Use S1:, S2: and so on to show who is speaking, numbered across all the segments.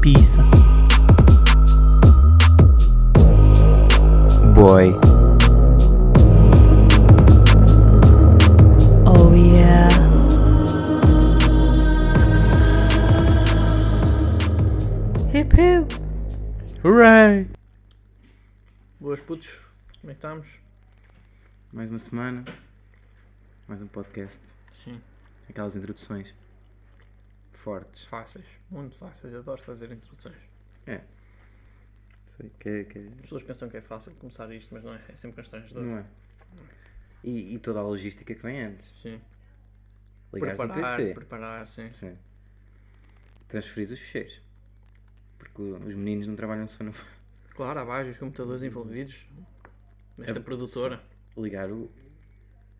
S1: Pizza.
S2: Boy.
S1: Oh yeah. Hip hip. Hooray.
S3: Boas putos, como é que estamos?
S2: Mais uma semana. Mais um podcast.
S3: Sim.
S2: Aquelas introduções. Fortes.
S3: Fáceis, muito fáceis, adoro fazer introduções.
S2: Sei que é. Que é-
S3: As pessoas pensam que é fácil começar isto, mas não é, é sempre constrangedor.
S2: Não é? E, e toda a logística que vem antes.
S3: Sim.
S2: Ligares o
S3: preparar,
S2: PC.
S3: preparar, sim.
S2: Sim. Transferires os fecheiros. Porque o- os meninos não trabalham só no.
S3: Claro, há vários computadores envolvidos nesta
S2: É-
S3: produtora.
S2: Ligar o,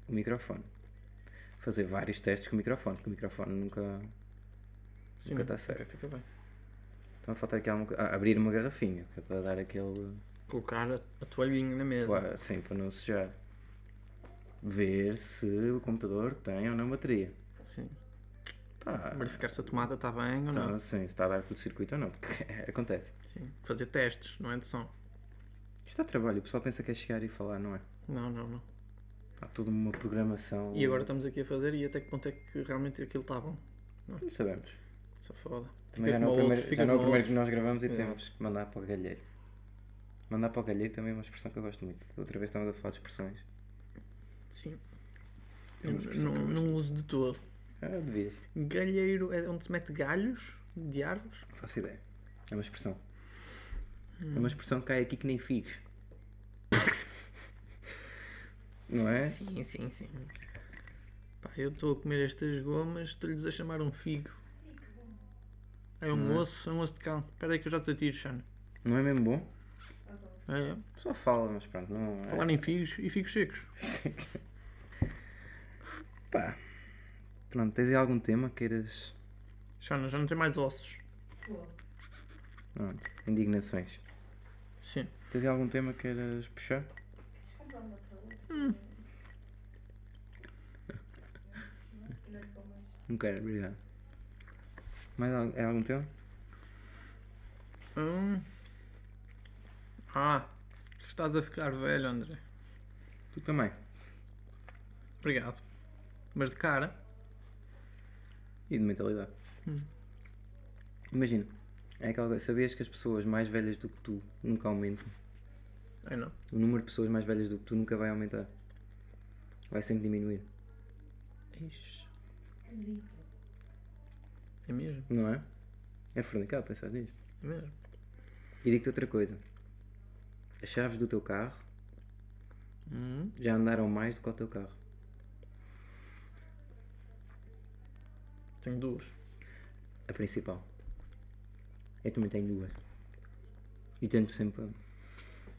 S2: o microfone. Fazer vários testes com o microfone, porque o microfone nunca.
S3: Sim,
S2: Nunca está
S3: nunca
S2: certo.
S3: fica bem.
S2: Então falta aqui alguma coisa. Ah, abrir uma garrafinha, que é para dar aquele.
S3: Colocar a, a toalhinha na mesa.
S2: Claro, sim, assim, para não sujar. Ver se o computador tem ou não bateria.
S3: Sim.
S2: Pá,
S3: Verificar se a tomada está bem ou
S2: então,
S3: não.
S2: sim, se está a dar curto-circuito ou não, porque é, acontece.
S3: Sim. Fazer testes, não é de som.
S2: Isto é trabalho, o pessoal pensa que é chegar e falar, não é?
S3: Não, não, não.
S2: Há toda uma programação.
S3: E agora estamos aqui a fazer e até que ponto é que realmente aquilo está bom.
S2: Não sabemos.
S3: Só foda.
S2: Também já
S3: como
S2: não é
S3: o
S2: o
S3: outro,
S2: primeiro,
S3: fica
S2: já não é o
S3: como o
S2: primeiro que nós gravamos e
S3: É.
S2: temos que mandar para o galheiro. Mandar para o galheiro também é uma expressão que eu gosto muito. Outra vez estávamos a falar de expressões.
S3: Sim.
S2: É uma expressão
S3: Não,
S2: que eu
S3: não uso de todo.
S2: Ah, devias.
S3: Galheiro é onde se mete galhos de árvores?
S2: Não faço ideia. É uma expressão. É uma expressão que cai aqui que nem figos. Não é?
S3: Sim, sim, sim. Pá, eu estou a comer estas gomas, estou-lhes a chamar um figo. É um osso, é um osso de cão. Espera aí que eu já te atiro, Xana.
S2: Não é mesmo bom?
S3: É,
S2: O pessoal fala, mas pronto, não é.
S3: falar em figos e figos secos.
S2: Pá. Pronto, tens aí algum tema que queiras.
S3: Xana, já não tem mais ossos.
S2: Pronto, indignações.
S3: Sim.
S2: Tens aí algum tema que queiras puxar? Não quero, obrigado. Mais al- é algum tema?
S3: Hum. Ah, tu estás a ficar velho, André.
S2: Tu também.
S3: Obrigado. Mas de cara,
S2: E de mentalidade. Imagina, é aquela coisa, sabias que as pessoas mais velhas do que tu nunca aumentam?
S3: é não.
S2: O número de pessoas mais velhas do que tu nunca vai aumentar. Vai sempre diminuir,
S3: Ixi. É mesmo,
S2: não é? É fornicado pensar nisto.
S3: é mesmo.
S2: E digo-te outra coisa. As chaves do teu carro
S3: Hum.
S2: já andaram mais do que o teu carro.
S3: Tenho duas.
S2: A principal. Eu também tenho duas. E tento sempre.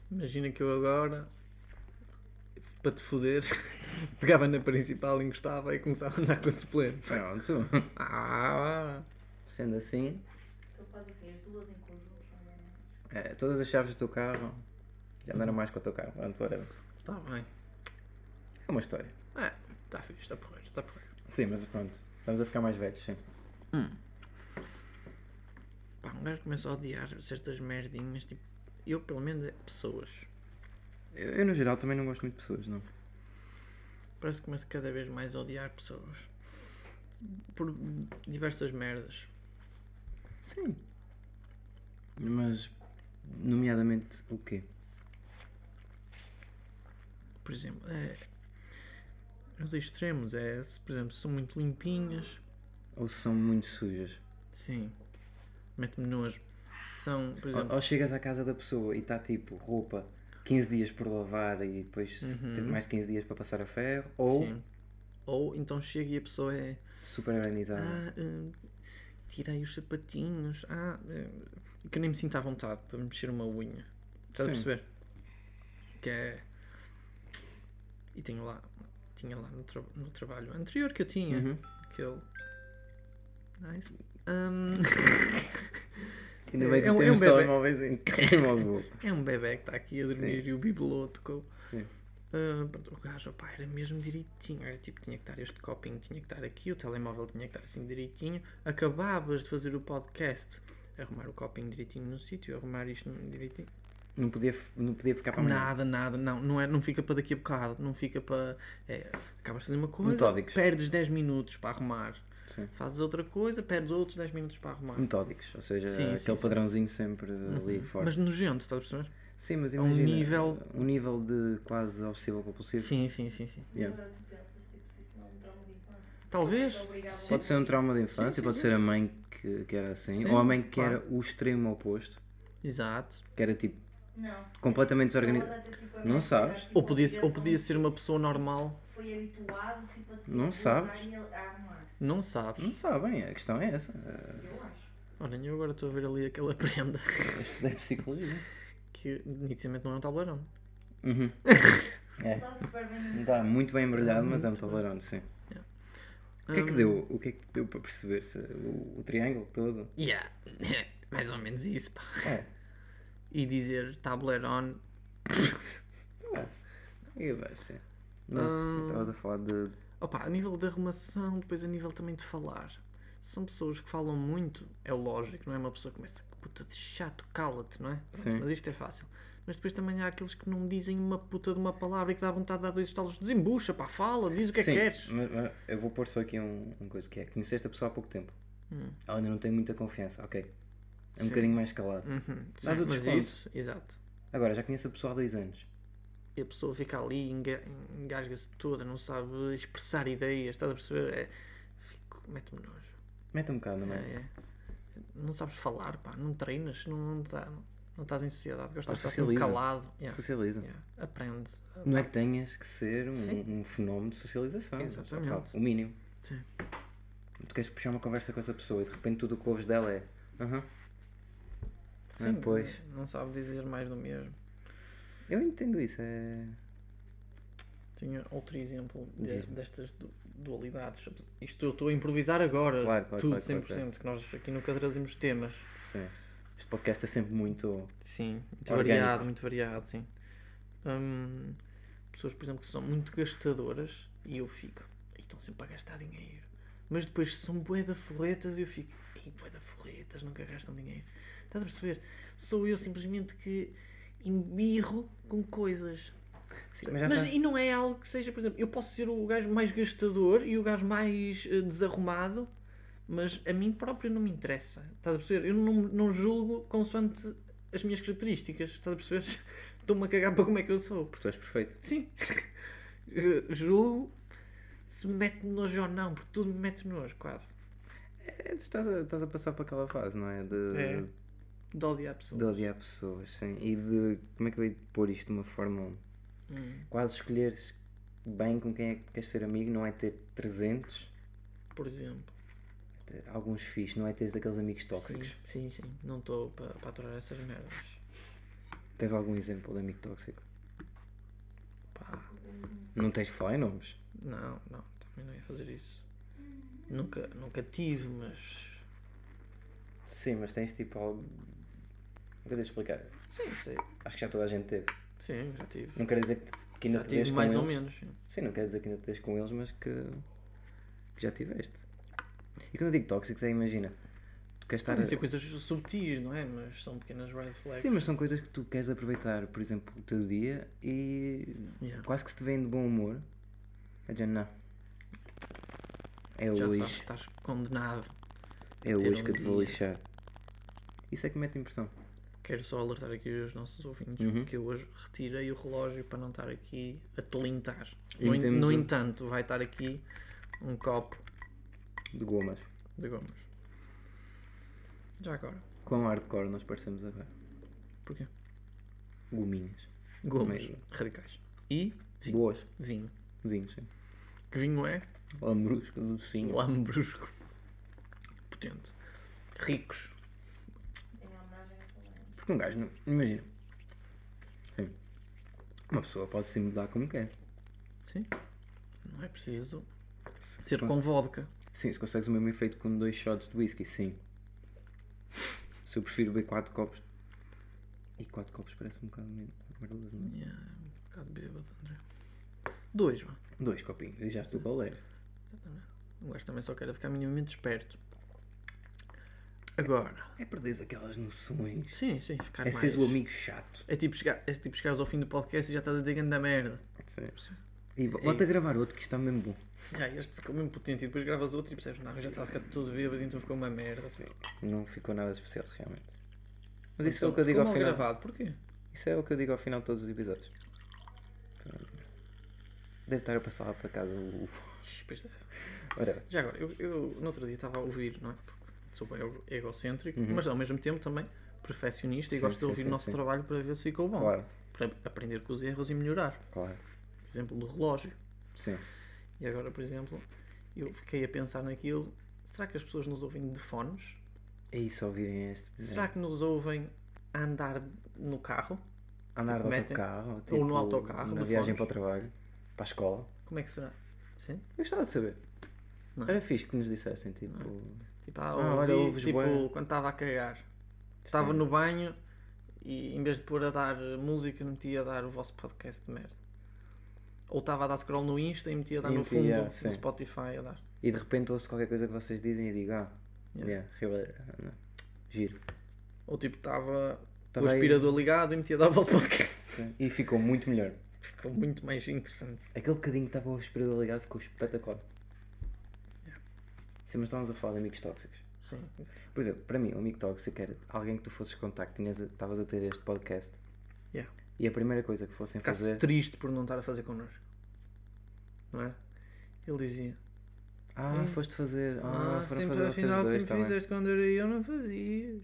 S3: Imagina que eu agora, para te foder, pegava na principal, encostava e começava a andar com o suplente.
S2: Pronto.
S3: Ah!
S2: Sendo assim,
S4: Ele faz assim, as duas em conjunto.
S2: eh, todas as chaves do teu carro já andaram mais que o teu carro. Pronto, whatever.
S3: Está tá bem.
S2: É uma história.
S3: É, está fixe, está porreiro, está porreiro.
S2: Sim, mas pronto. Estamos a ficar mais velhos, sim.
S3: Pá, um gajo começa a odiar certas merdinhas, tipo, eu pelo menos é pessoas.
S2: Eu, eu, no geral também não gosto muito de pessoas, não.
S3: Parece que começo cada vez mais a odiar pessoas. Por diversas merdas.
S2: Sim. Mas, nomeadamente, o quê?
S3: Por exemplo, é... Os extremos é, se, por exemplo, são muito limpinhas,
S2: Ou são muito sujas?
S3: Sim. Mete-me nojo. São, por exemplo.
S2: Ou, ou chegas à casa da pessoa e está tipo roupa 15 dias por lavar e depois tem mais de 15 dias para passar a ferro, ah, ou
S3: Uhum. Sim. Ou então chega e a pessoa é.
S2: super organizada.
S3: Ah, hum, tirei os sapatinhos. Ah, hum, que eu nem me sinto à vontade para mexer uma unha. Estás a
S2: Sim.
S3: perceber? Que é. E tenho lá. Tinha lá no, tra- no trabalho anterior que eu tinha.
S2: Uhum.
S3: Aquele. Nice. Hum,
S2: Ainda bem que
S3: É um- é
S2: temos
S3: um bebé.
S2: telemóveis em telemóvel.
S3: tá é um bebê que está aqui a dormir e o bibelô tocou.
S2: Sim.
S3: Ah, pronto, o gajo, opá, era mesmo direitinho. Era tipo, tinha que estar este copinho, tinha que estar aqui, o telemóvel tinha que estar assim direitinho. Acabavas de fazer o podcast, arrumar o copinho direitinho no sítio, arrumar isto direitinho.
S2: Não podia, f- não podia ficar É para amanhã.
S3: Nada, nada, não, não, é, não fica para daqui a bocado, não fica para. É, acabas de fazer uma coisa,
S2: Metódicos.
S3: perdes 10 minutos para arrumar,
S2: Sim.
S3: fazes outra coisa, perdes outros 10 minutos para arrumar.
S2: Metódicos, ou seja,
S3: Sim,
S2: aquele
S3: sim, sim.
S2: padrãozinho sempre ali forte.
S3: Mas nojento, estás a perceber?
S2: sim, mas
S3: é um
S2: imagina,
S3: nível-
S2: um nível de quase obsessivo compulsivo.
S3: Sim, sim, sim, sim.
S2: Yeah.
S4: Agora tu pensas, tipo, se isso não me trauma de infância.
S3: Talvez.
S4: Sou obrigado a
S3: Sim.
S2: Pode ser um trauma de infância,
S3: sim,
S2: pode
S3: sim.
S2: ser a mãe que, que era assim,
S3: Sim,
S2: ou a mãe que
S3: claro.
S2: era o extremo oposto,
S3: Exato.
S2: que era tipo
S4: Não.
S2: completamente desorganizado.
S4: Só ela, tipo, a
S2: Não
S4: minha
S2: sabes?
S4: filha, tipo,
S3: Ou podia,
S4: a
S3: ou podia ser uma pessoa normal,
S4: criança Foi habituado, tipo, a tipo,
S2: Não
S4: usar
S2: sabes?
S4: e Ah, a- a arrumar.
S3: não sabes.
S2: Não sabem, a questão é essa. Eh,
S4: Eu acho.
S3: Olha, eu agora estou a ver ali aquela prenda
S2: Eu estudei psicologia.
S3: que nitidamente não é um tabuleirão.
S2: Uhum. É,
S4: Está super bem.
S2: está muito bem embrulhado, mas é um
S3: Muito bem.
S2: tabuleirão, sim. O que é que
S3: Hum,
S2: deu? O que é que deu para perceber? Se- O, o triângulo todo?
S3: Yeah, mais ou menos isso, pá.
S2: É.
S3: E dizer tabuleirão
S2: Ué, E baixo, sim. Mas sim,
S3: Ah.
S2: estavas a falar de.
S3: Opa, a nível de arrumação, depois a nível também de falar. Se São pessoas que falam muito, é lógico, não é uma pessoa que começa que puta de chato, cala-te, não é? Pronto,
S2: Sim.
S3: Mas isto é fácil. Mas depois também há aqueles que não dizem uma puta de uma palavra e que dá vontade de dar dois estalos. Desembucha, pá, fala, diz o que
S2: sim,
S3: é que queres.
S2: mas- mas eu vou pôr só aqui um, uma coisa que é. Conheceste a pessoa há pouco tempo.
S3: Hum.
S2: Ela ainda não tem muita confiança, ok. É um
S3: Sim.
S2: bocadinho mais calado.
S3: Uhum, sim,
S2: Dás o
S3: mas
S2: desconto.
S3: isso, exato.
S2: Agora, já conheço a pessoa há dois anos.
S3: E a pessoa fica ali, enga- engasga-se toda, não sabe expressar ideias, estás a perceber? É, fico, mete-me nojo.
S2: Mete um bocado na mão.
S3: É, é. Não sabes falar, pá, não treinas, não, não, tá- não estás em sociedade, gostas de estar sempre
S2: socializa.
S3: calado. Yeah,
S2: Socializa.
S3: yeah. Aprende.
S2: Não é que tenhas que ser
S3: Sim.
S2: um, um fenómeno de socialização. mas,
S3: Exatamente.
S2: opá, o mínimo.
S3: Sim.
S2: Tu queres puxar uma conversa com essa pessoa e de repente tudo o que ouves dela é. Aham. Ah,
S3: Sim,
S2: pois.
S3: Não sabe dizer mais do mesmo.
S2: Eu entendo isso. É...
S3: Tinha outro exemplo de-
S2: Diz-me.
S3: destas du- dualidades. Isto eu estou a improvisar agora,
S2: Claro, claro,
S3: tudo
S2: claro, claro,
S3: 100%, que nós aqui nunca trazemos temas.
S2: Sim. Este podcast é sempre muito.
S3: Sim, muito
S2: Orgânico.
S3: variado, muito variado, sim. Hum, pessoas, por exemplo, que são muito gastadoras e eu fico, "Ei, estão sempre a gastar dinheiro. Mas depois são bué da forretas e eu fico, ei, bué da forretas, nunca gastam dinheiro. Estás a perceber? Sou eu simplesmente que embirro com coisas.
S2: Sim,
S3: Mas,
S2: já tá-
S3: e não é algo que seja, por exemplo, eu posso ser o gajo mais gastador e o gajo mais eh, desarrumado, mas a mim próprio não me interessa. Estás a perceber? Eu não, não julgo consoante as minhas características. Estás a perceber? Estou-me a cagar para como é que eu sou.
S2: Porque tu és perfeito.
S3: Sim. Eh, julgo se me mete nojo ou não, porque tudo me mete nojo, quase.
S2: É, tu estás a, estás a passar para aquela fase, não é? De,
S3: É. De odiar
S2: de
S3: pessoas.
S2: odiar pessoas, sim. E de. Como é que eu hei de pôr isto de uma forma.
S3: Hum,
S2: Quase escolheres bem com quem é que queres ser amigo, não é ter 300.
S3: por exemplo.
S2: ter Alguns fixos, não é teres aqueles amigos tóxicos.
S3: Sim, sim, sim. Não estou para para aturar essas merdas.
S2: Tens algum exemplo de amigo tóxico?
S3: Pá.
S2: Não tens de falar em nomes?
S3: Não, não, também não ia fazer isso. Nunca, nunca tive, mas.
S2: Sim, mas tens tipo algo. Vou te explicar.
S3: Sim, sei.
S2: Acho que já toda a gente teve.
S3: Sim, já tive.
S2: Não quer dizer que, que ainda
S3: Já
S2: te dês
S3: tive
S2: com
S3: mais
S2: eles.
S3: ou menos. sim.
S2: Sim, não quer dizer que ainda te dês com eles, mas que, que já tiveste. E quando eu digo tóxicos, é imagina. Tu queres estar.
S3: Podem ser coisas subtis, não é? Mas é são pequenas red flags.
S2: Sim, mas são coisas que tu queres aproveitar, por exemplo, o teu dia e
S3: Yeah.
S2: É quase que se te vêem de bom humor. É de não. É
S3: Já
S2: hoje.
S3: sabes que estás condenado.
S2: É
S3: ter
S2: hoje
S3: um
S2: que eu te vou
S3: dia.
S2: lixar. Isso é que mete impressão.
S3: Quero só alertar aqui os nossos ouvintes
S2: Uhum.
S3: que eu hoje retirei o relógio para não estar aqui a telintar.
S2: E
S3: No, en-
S2: temos
S3: no
S2: um-
S3: entanto, vai estar aqui um copo
S2: De gomas.
S3: de gomas. Já agora.
S2: Quão hardcore nós parecemos agora?
S3: Porquê?
S2: Gominhas.
S3: Gomas
S2: Mesmo.
S3: radicais. E Sim.
S2: Boas.
S3: vinho.
S2: Vinhos, sim.
S3: Que vinho é?
S2: Lambrusco, docinho.
S3: Lambrusco. Potente. Ricos.
S4: Tenho a homenagem a falar.
S2: Porque um gajo, não, imagina. Sim. Uma pessoa pode se mudar como quer.
S3: Sim. Não é preciso
S2: Se,
S3: ser
S2: se
S3: com
S2: cons-
S3: vodka.
S2: Sim, se consegues o mesmo efeito com dois shots de whisky, sim. Se eu prefiro beber 4 copos. E 4 copos parece um bocado menos.
S3: Yeah, é um bocado bêbado, André. Dois, mano.
S2: Dois copinhos, e já estou qual é.
S3: Um gajo também só quer ficar minimamente esperto. Agora.
S2: É perderes aquelas noções.
S3: Sim, sim, ficar
S2: É
S3: mais...
S2: seres o amigo chato.
S3: É tipo, chegar, é tipo chegares ao fim do podcast e já estás a dizer grande merda.
S2: E bota a gravar outro que está mesmo bom.
S3: Ah, este ficou mesmo potente e depois gravas outro e percebes, não, eu já estava a ficar todo bêbado, então ficou uma merda.
S2: Não ficou nada especial realmente. Mas isso
S3: Então,
S2: é o que eu digo
S3: ficou
S2: ao
S3: mal
S2: final.
S3: gravado, porquê?
S2: Isso é o que eu digo ao final de todos os episódios. Deve estar a passar lá para casa o.
S3: Ixi, pois é. deve.
S2: Ora,
S3: Já agora, eu, eu no outro dia estava a ouvir, não é? Porque sou bem ego- egocêntrico, mas ao mesmo tempo também perfeccionista e
S2: Uhum. Sim,
S3: gosto de
S2: sim,
S3: ouvir
S2: sim,
S3: o nosso
S2: sim.
S3: trabalho para ver se ficou bom.
S2: Claro.
S3: Para aprender com os erros e melhorar.
S2: claro.
S3: Por exemplo, do relógio.
S2: Sim.
S3: E agora, por exemplo, eu fiquei a pensar naquilo. Será que as pessoas nos ouvem de fones?
S2: É isso ouvirem este.
S3: Será que nos ouvem a andar no carro?
S2: Andar de
S3: tipo, metem-
S2: autocarro.
S3: ou no autocarro,
S2: Na
S3: de
S2: viagem
S3: fones.
S2: para o trabalho, para a escola.
S3: Como é que será? Sim?
S2: Eu gostava de saber.
S3: Não.
S2: Era fixe que nos dissessem, tipo.
S3: Tipo, ah,
S2: Ah,
S3: ouvi,
S2: olha, ouves
S3: tipo
S2: bué.
S3: quando estava a cagar. Estava
S2: sim.
S3: no banho e em vez de pôr a dar música, metia a dar o vosso podcast de merda. Ou estava a dar scroll no Insta e metia a dar
S2: E
S3: no
S2: metia,
S3: fundo,
S2: sim.
S3: no Spotify a dar.
S2: E de repente ouço qualquer coisa que vocês dizem e digo, ah, yeah,
S3: Yeah.
S2: real- ah, não. giro.
S3: Ou tipo, estava com o
S2: Tava aí.
S3: aspirador ligado e metia a dar o vosso podcast.
S2: Sim. E ficou muito melhor.
S3: Ficou muito mais interessante.
S2: Aquele bocadinho que estava o aspirador ligado ficou espetacular. Sim, mas estávamos a falar de amigos tóxicos.
S3: Sim.
S2: Por exemplo, para mim, um amigo tóxico era alguém que tu fosses contacto, tinhas a- estavas a ter este podcast
S3: Yeah.
S2: e a primeira coisa que fossem
S3: Ficasse
S2: fazer.
S3: triste por não estar a fazer connosco. Não é? Ele dizia:
S2: Ah,
S3: Hum.
S2: foste fazer. Ah,
S3: Ah,
S2: foram
S3: sempre
S2: fazer vocês
S3: afinal,
S2: dois tá
S3: sempre
S2: também.
S3: fizeste quando era eu, não fazia.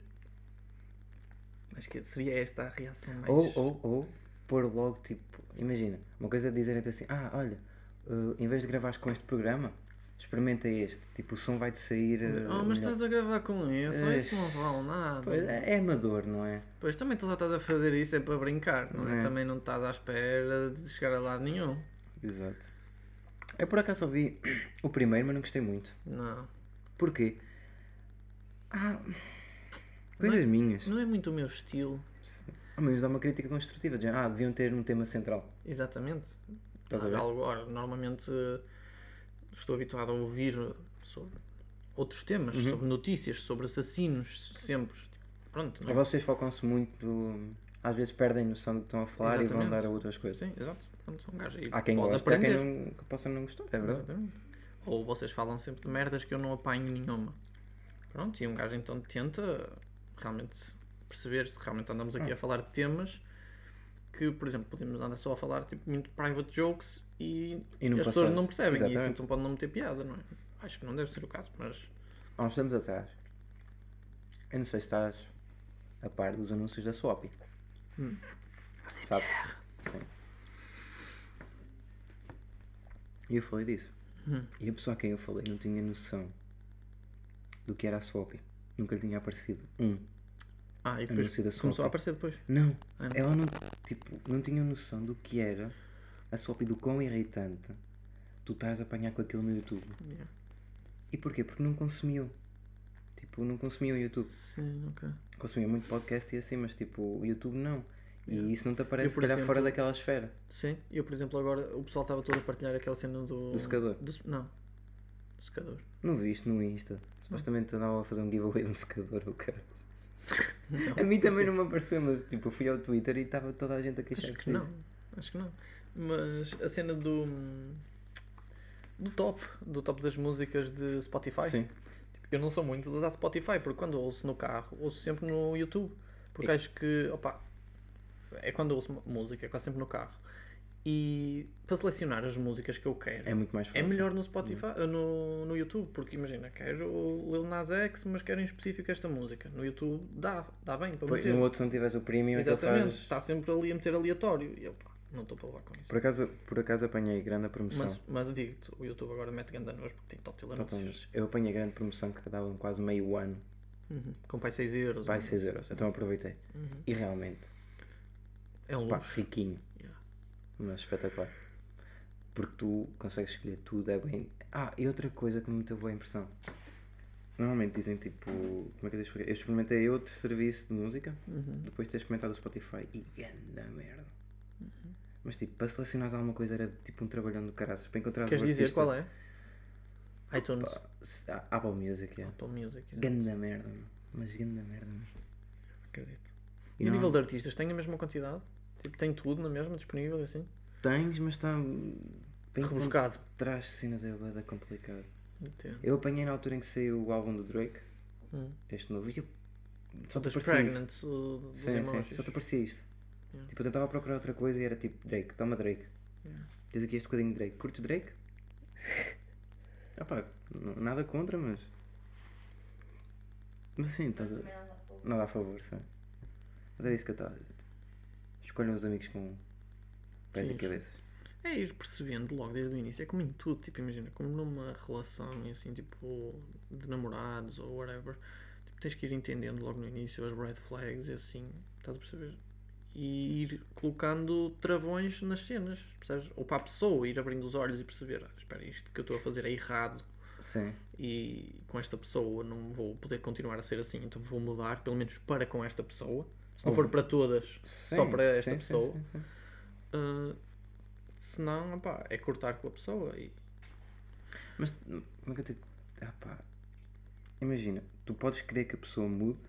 S3: Acho que seria esta a reação mais.
S2: Ou, ou, ou, pôr logo tipo. Imagina, uma coisa é dizerem-te assim: ah, olha, uh, em vez de gravares com este programa, experimenta este. Tipo, o som vai-te sair. uh,
S3: Oh, mas
S2: melhor.
S3: estás a gravar com esse,
S2: É.
S3: isso não vale nada.
S2: Pois, é é amador, não é?
S3: Pois também tu só estás a fazer isso é para brincar, não é?
S2: É.
S3: Também não estás à espera de chegar a lado nenhum.
S2: Exato. Eu por acaso ouvi o primeiro, mas não gostei muito.
S3: Não.
S2: Porquê? Ah, coisas minhas.
S3: Não é muito o meu estilo,
S2: Ao menos dá uma crítica construtiva. de género, ah, deviam ter um tema central.
S3: exatamente.
S2: Estás a ver?
S3: Ah, Algo, ora, normalmente eh, estou habituado a ouvir sobre outros temas,
S2: Uhum.
S3: sobre notícias, sobre assassinos, sempre. Pronto, não é?
S2: Vocês focam-se muito. Às vezes perdem noção do que estão a falar e vão
S3: Exatamente.
S2: dar a outras coisas.
S3: Sim, exato. Pronto, um gajo aí
S2: Há quem
S3: pode
S2: goste, há quem
S3: aprender.
S2: não, que possa não gostar, é verdade.
S3: Exatamente. Ou vocês falam sempre de merdas que eu não apanho nenhuma. Pronto, e um gajo então tenta realmente perceber se realmente andamos aqui a falar de temas que, por exemplo, podemos andar só a falar tipo muito private jokes e,
S2: E não
S3: as pessoas
S2: passamos.
S3: não percebem e isso,
S2: Exatamente.
S3: então pode não meter piada, não é? Acho que não deve ser o caso, mas
S2: Há uns tempos atrás, eu não sei se estás a par dos anúncios da Swap.
S3: Hum.
S2: Sabe? Sim. E eu falei disso.
S3: Hum.
S2: E a pessoa a quem eu falei não tinha noção do que era a Swap. Nunca lhe tinha aparecido um.
S3: ah, e
S2: Anúncio da
S3: depois
S2: Sony.
S3: começou a aparecer depois.
S2: Não,
S3: Ah, não.
S2: ela não, tipo, não tinha noção do que era a swap e do quão irritante tu estás a apanhar com aquilo no YouTube.
S3: Yeah.
S2: E porquê? Porque não consumiu. Tipo, não consumiu o YouTube.
S3: Sim, ok.
S2: Consumia muito podcast e assim, mas tipo, o YouTube não. E
S3: Yeah.
S2: isso não te aparece,
S3: Eu,
S2: se
S3: por
S2: calhar,
S3: exemplo-
S2: fora daquela esfera.
S3: Sim, eu por exemplo agora o pessoal estava todo a partilhar aquela cena do.
S2: Do secador.
S3: do- Não. Secador.
S2: Não vi isto no Insta. Supostamente andava a fazer um giveaway de um secador, o cara. A mim também não me apareceu, mas tipo, eu fui ao Twitter e estava toda a gente a
S3: Acho
S2: queixar-se
S3: que não.
S2: disso.
S3: Acho que não. Mas a cena do. do top. Do top das músicas de Spotify.
S2: Sim.
S3: Eu não sou muito de usar Spotify, porque quando ouço no carro, ouço sempre no YouTube. Porque acho que. opa. É quando ouço mu- música, é quase sempre no carro. E para selecionar as músicas que eu quero.
S2: É muito mais
S3: É
S2: fácil.
S3: melhor no Spotify, eh, no, no YouTube, porque imagina, quero o Lil Nas X, mas quero em específico esta música. No YouTube dá, dá bem para
S2: Pois,
S3: meter.
S2: No outro, se não tiveres o premium, é aquilo
S3: Exatamente, tá.
S2: faz.
S3: está sempre ali a meter aleatório. E eu, pá, não estou para levar com isso.
S2: Por acaso, por acaso Então apanhei grande promoção.
S3: Mas, mas digo-te, o YouTube agora mete grande nojo porque tem total anúncios.
S2: Totalmente. Eu apanhei grande promoção que davam quase meio ano.
S3: Uhum. Com pai 6 euros.
S2: Vai
S3: né?
S2: 6 euros. Então aproveitei. E realmente,
S3: É um
S2: pá,
S3: luxo.
S2: riquinho.
S3: Yeah.
S2: Mas espetacular. Porque tu consegues escolher tudo, é bem. Ah, e outra coisa que me deu boa impressão. Normalmente dizem tipo. Como é que eu devo explicar? Eu experimentei
S3: Uhum. Uhum.
S2: outro serviço de música depois de ter experimentado o Spotify e ganda merda. Mas tipo, para selecionares alguma coisa era tipo um trabalhão do caraças. Para encontrar
S3: Queres dizer qual é? iTunes.
S2: Apple Music, é.
S3: Apple Music. exato.
S2: Ganda merda, meu. Mas ganda merda, meu.
S3: Acredito.
S2: E
S3: E o
S2: não-
S3: nível de artistas tem a mesma quantidade? Tipo, tem tudo na mesma, disponível e assim?
S2: Tens, mas está. bem
S3: Rebuscado.
S2: Traz cenas é bada complicado.
S3: Entendo.
S2: Eu apanhei na altura em que saiu o álbum do Drake,
S3: Hum.
S2: este novo, e eu. Só te
S3: Das
S2: aparecia isso.
S3: pregnant, uh, dos
S2: Sim, sim,
S3: emojis.
S2: só te aparecia isto.
S3: Yeah.
S2: Tipo, eu tentava procurar outra coisa e era tipo Drake, toma Drake.
S3: Yeah.
S2: Diz aqui este bocadinho de Drake. Curtes Drake? Opá, n- nada contra, mas. Mas assim, estás a.
S4: Também anda a pouco.
S2: Nada a favor, sim. Mas era isso que eu estava a dizer. Escolham os amigos com pés
S3: Sim,
S2: e
S3: sim.
S2: cabeças.
S3: É ir percebendo logo desde o início. É como em tudo, tipo, imagina, como numa relação e assim, tipo, de namorados ou whatever, tipo, tens que ir entendendo logo no início as red flags e assim, estás a perceber? E ir colocando travões nas cenas, percebes? Ou para a pessoa ir abrindo os olhos e perceber, "Ah, espera, isto que eu estou a fazer é errado
S2: Sim,
S3: e com esta pessoa não vou poder continuar a ser assim, então vou mudar, pelo menos para com esta pessoa. Se não
S2: Ou-
S3: for para todas, só
S2: Sim,
S3: para
S2: sim,
S3: esta
S2: sim,
S3: pessoa.
S2: sim, sim.
S3: Uh, se não, opá, é cortar com a pessoa e
S2: Mas como é que eu te. Ah, pá. Imagina, tu podes querer que a pessoa mude,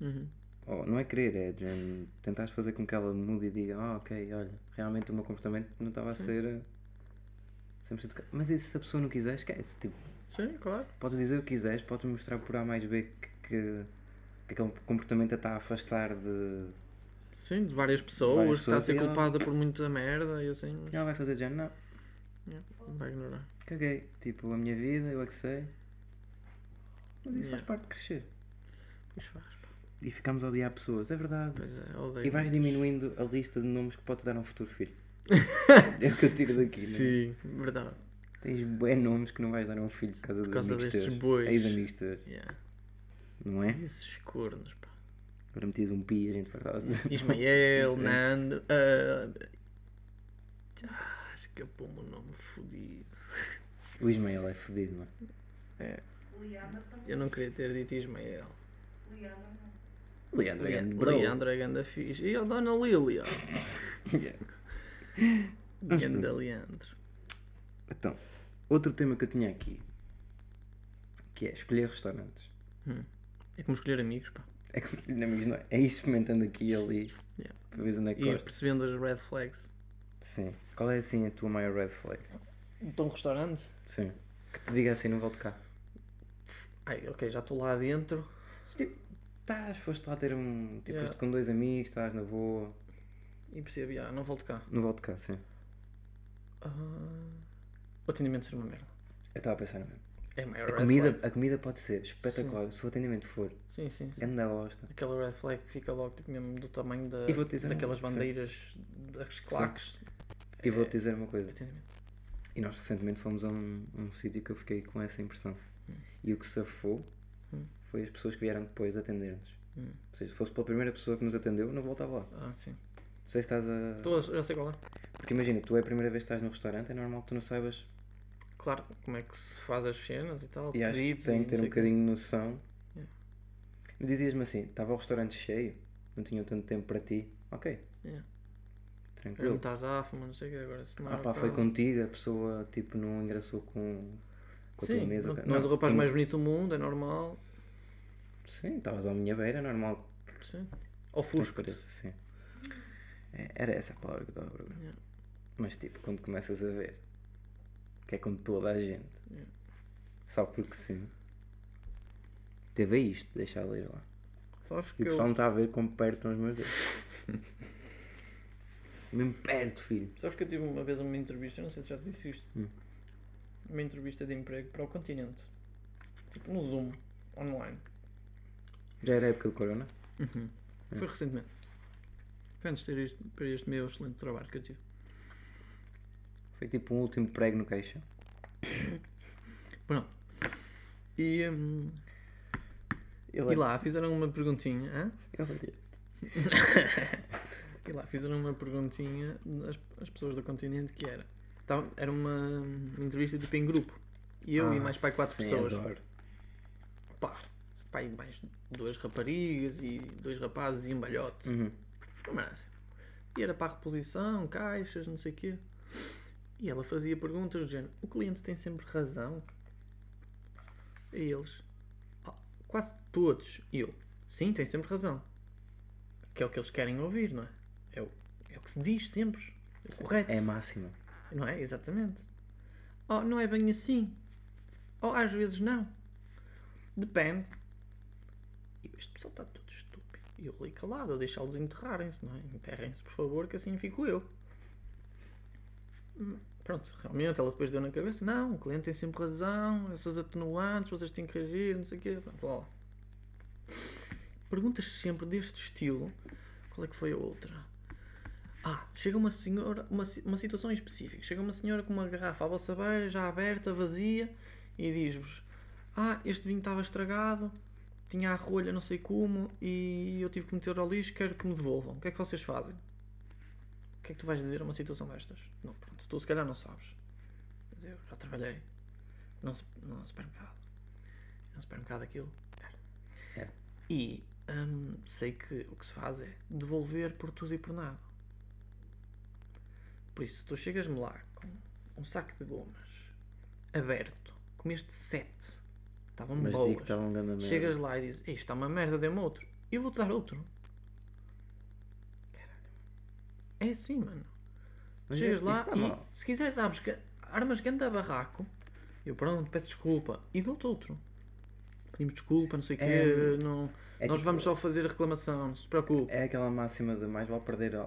S3: Uhum.
S2: ou não é querer, é de género, tentares fazer com que ela mude e diga, ah, ok, olha, realmente o meu comportamento não estava a ser eh, 100% ca-". Mas e se a pessoa não quiser, esquece. Tipo,
S3: sim, claro.
S2: podes dizer o que quiseres, podes mostrar por A mais B que, que, que aquele comportamento a está a afastar de.
S3: Sim, de várias pessoas,
S2: Várias
S3: está a
S2: pessoas
S3: ser
S2: e ela-
S3: culpada por muita merda e assim, mas
S2: E ela vai fazer de género, não,
S3: yeah, vai ignorar.
S2: caguei. Tipo, a minha vida, eu é que sei. Mas isso faz
S3: Yeah.
S2: parte de crescer.
S3: Pois faz, pá.
S2: E ficamos a odiar pessoas, é verdade.
S3: Pois é, odeio.
S2: E vais
S3: muito.
S2: diminuindo a lista de nomes que podes dar a um futuro filho. é o que eu tiro daqui, né?
S3: Sim, verdade.
S2: Tens bem nomes que não vais dar a um filho por causa,
S3: Por causa
S2: de amigos
S3: destes
S2: teus.
S3: bois.
S2: Ex-amigos teus,
S3: Yeah.
S2: não é?
S3: E esses cornos, pá.
S2: Agora metias um pi e a gente fartava de dizer.
S3: Ismael,
S2: Sim.
S3: Nando. ah, ah, Escapou-me o nome fodido.
S2: O Ismael é fodido, mano.
S4: Leandro também.
S3: Eu não queria ter dito Ismael.
S4: Leandro não.
S2: Leandro é grande bro.
S3: Leandro é ganda fixe. E a Dona Lilia.
S2: Yeah.
S3: Ganda Leandro.
S2: Então, outro tema que eu tinha aqui, que é escolher restaurantes.
S3: É como escolher amigos, pá.
S2: É que, não, amigos, não é? É ir experimentando aqui e ali,
S3: Yeah.
S2: para ver onde é que
S3: E ir
S2: gostas.
S3: percebendo as red flags.
S2: Sim. Qual é assim a tua maior red flag?
S3: Então, restaurante?
S2: Sim. Que te diga assim, não volto cá.
S3: Ai, ok, já estou lá dentro.
S2: Se, Tipo, estás, foste lá ter um. Tipo,
S3: Yeah.
S2: foste com dois amigos, estás na boa.
S3: E percebo, ah, não volto cá.
S2: Não volto cá, sim.
S3: Ah, o atendimento ser uma merda.
S2: Eu estava a pensar no mesmo.
S3: É a maior
S2: A
S3: red
S2: comida,
S3: flag.
S2: a comida pode ser espetacular, se o atendimento for,
S3: Sim, sim. sim.
S2: grande da bosta.
S3: Aquela red flag que fica logo tipo, mesmo do tamanho da,
S2: E vou-te dizer uma
S3: daquelas
S2: coisa, sim.
S3: bandeiras das claques.
S2: E vou-te
S3: É.
S2: dizer uma coisa.
S3: Atendimento.
S2: E nós recentemente fomos a um, um sítio que eu fiquei com essa impressão. E o que safou
S3: Hum.
S2: foi as pessoas que vieram depois atender-nos.
S3: Hum.
S2: Ou seja, se fosse pela primeira pessoa que nos atendeu, eu não voltava lá.
S3: Ah, sim.
S2: Não sei se estás a.
S3: Estou a- já sei qual é.
S2: Porque imagina, tu é a primeira vez que estás no restaurante, é normal que tu não saibas.
S3: Claro, como é que se faz as cenas e tal.
S2: E acho que
S3: pedidos
S2: tem
S3: e
S2: que ter um
S3: não sei o quê.
S2: bocadinho de noção.
S3: Yeah.
S2: Me dizias-me assim: estava o restaurante cheio, não tinham tanto tempo para ti. Ok.
S3: Yeah. tá Agora não
S2: Tranquilo.
S3: estás à fama, um não sei o que agora. Se não
S2: Ah,
S3: era
S2: pá,
S3: cá-
S2: foi contigo, a pessoa tipo não engraçou com, com a tua
S3: Sim,
S2: mesa.
S3: não,
S2: cara. um
S3: não és o rapaz
S2: tinha-
S3: mais bonito do mundo, é normal.
S2: Sim, estavas à minha beira, é normal
S3: Sim.
S2: um
S3: Ofusca-te.
S2: Transparência, sim. É, Era essa a palavra que eu estava a procurar.
S3: Yeah.
S2: Mas tipo, quando começas a ver, que é com toda a gente,
S3: Yeah.
S2: só porque sim, teve isto, deixa ela ir lá.
S3: Sabes
S2: E
S3: que
S2: o pessoal não
S3: eu,
S2: está a ver como perto estão os meus dedos. Mesmo perto, filho.
S3: sabes que eu tive uma vez uma entrevista, não sei se já te disse isto.
S2: Hum.
S3: Uma entrevista de emprego para o continente. Tipo, no Zoom, online.
S2: Já era época do Corona? É.
S3: Foi recentemente. Foi antes de ter isto, para este meu excelente trabalho que eu tive.
S2: Foi tipo um último prego no queixo.
S3: Pronto. E, hum,
S2: Ele
S3: e lá fizeram uma perguntinha. hã?
S2: Ele
S3: E lá fizeram uma perguntinha às, às pessoas do continente que era. Tava- era uma, uma entrevista tipo em grupo. E eu e mais pai quatro
S2: Ah, sim,
S3: pessoas.
S2: adoro.
S3: Pá, pai mais duas raparigas e dois rapazes e um balhote.
S2: Uhum.
S3: Uma merda assim. E era para a reposição, caixas, não sei o quê. E ela fazia perguntas do género: o cliente tem sempre razão? E eles: "Ah, quase todos. E eu: sim, tem sempre razão. Que é o que eles querem ouvir, não é? É o, é o que se diz sempre. É correto.
S2: É a máxima.
S3: Não é? Exatamente. Oh, não é bem assim. Oh, às vezes não. Depende. E este pessoal está todo estúpido. E eu ali calado, a deixá-los enterrarem-se, não é? Enterrem-se, por favor, que assim fico eu. Hum, Pronto, realmente ela depois deu na cabeça. Não, o cliente tem sempre razão, essas atenuantes, vocês têm que reagir, não sei o quê. Pronto, lá. lá. Perguntas sempre deste estilo. Qual é que foi a outra? Ah, chega uma senhora, uma, si- uma situação em específico. Chega uma senhora com uma garrafa à vossa beira, já aberta, vazia, e diz-vos: Ah, este vinho estava estragado, tinha a rolha não sei como, e eu tive que meter ao lixo, quero que me devolvam. O que é que vocês fazem? O que é que tu vais dizer a uma situação destas? Não, pronto, tu se calhar não sabes. Mas eu já trabalhei num, su- num supermercado. Num supermercado aquilo.
S2: Era.
S3: E hum, sei que o que se faz é devolver por tudo e por nada. Por isso, tu chegas-me lá com um saco de gomas aberto, comeste sete, estavam
S2: Mas
S3: boas.
S2: digo que estava um grande merda.
S3: Chegas lá e dizes, "Ei, isto está uma merda, dê-me outro. E eu vou-te dar outro. Caralho. É assim, mano.
S2: Mas é
S3: Chegas
S2: isso
S3: lá
S2: está
S3: e,
S2: mal.
S3: se quiseres, abres, ga- armas ganda barraco. Eu, pronto, peço desculpa. E dou-te outro. Pedimos desculpa, não sei o quê.
S2: É,
S3: Não,
S2: É
S3: nós
S2: tipo-
S3: vamos só fazer a reclamação, não se preocupe.
S2: É aquela máxima de mais vale perder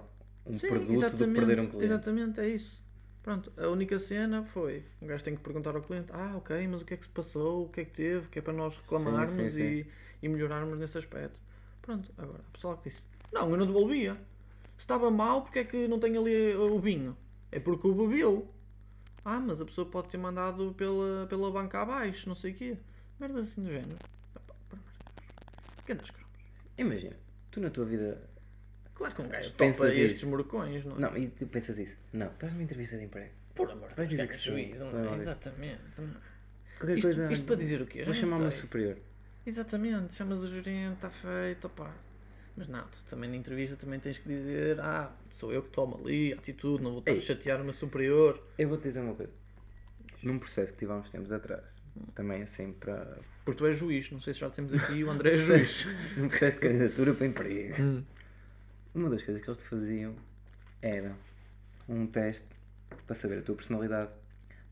S2: um
S3: Sim,
S2: produto do que perder um cliente.
S3: Exatamente, é isso. Pronto, a única cena foi, o gajo tem que perguntar ao cliente, ah ok, mas o que é que se passou, o que é que teve, que é para nós reclamarmos
S2: Sim, sim,
S3: E, e melhorarmos nesse aspecto. Pronto, agora, a pessoa que disse, não, eu não devolvia. Se estava mal, porque é que não tem ali eh, o vinho? É porque o bebeu. Ah, mas a pessoa pode ter mandado pela, pela banca abaixo, não sei o quê. Merda assim do género. Epá, por amor de Deus. Que andas, cromos?
S2: Imagina, tu na tua vida.
S3: Claro que um gajo topa
S2: Pensas
S3: estes
S2: isso.
S3: morcões, não é?
S2: Não, e tu pensas isso. Não, estás numa entrevista de emprego.
S3: Por amor de
S2: Vais
S3: Deus,
S2: dizer
S3: que
S2: que sim,
S3: juízo, não é?
S2: claro.
S3: Exatamente. não é?
S2: Qualquer
S3: Isto,
S2: coisa.
S3: isto para dizer o quê? Já
S2: Vou
S3: nem
S2: chamar o meu
S3: sei.
S2: superior.
S3: Exatamente, chamas o gerente, está feito, opá. Mas não, tu também na entrevista também tens que dizer, ah, sou eu que tomo ali, atitude, não vou estar a
S2: Ei.
S3: chatear o meu superior.
S2: Eu vou-te dizer uma coisa. Num processo que tive há uns tempos atrás, também assim para.
S3: Porque tu és juiz, não sei se já temos aqui o André é juiz.
S2: Num processo de candidatura para emprego. Uma das coisas que eles te faziam era um teste para saber a tua personalidade,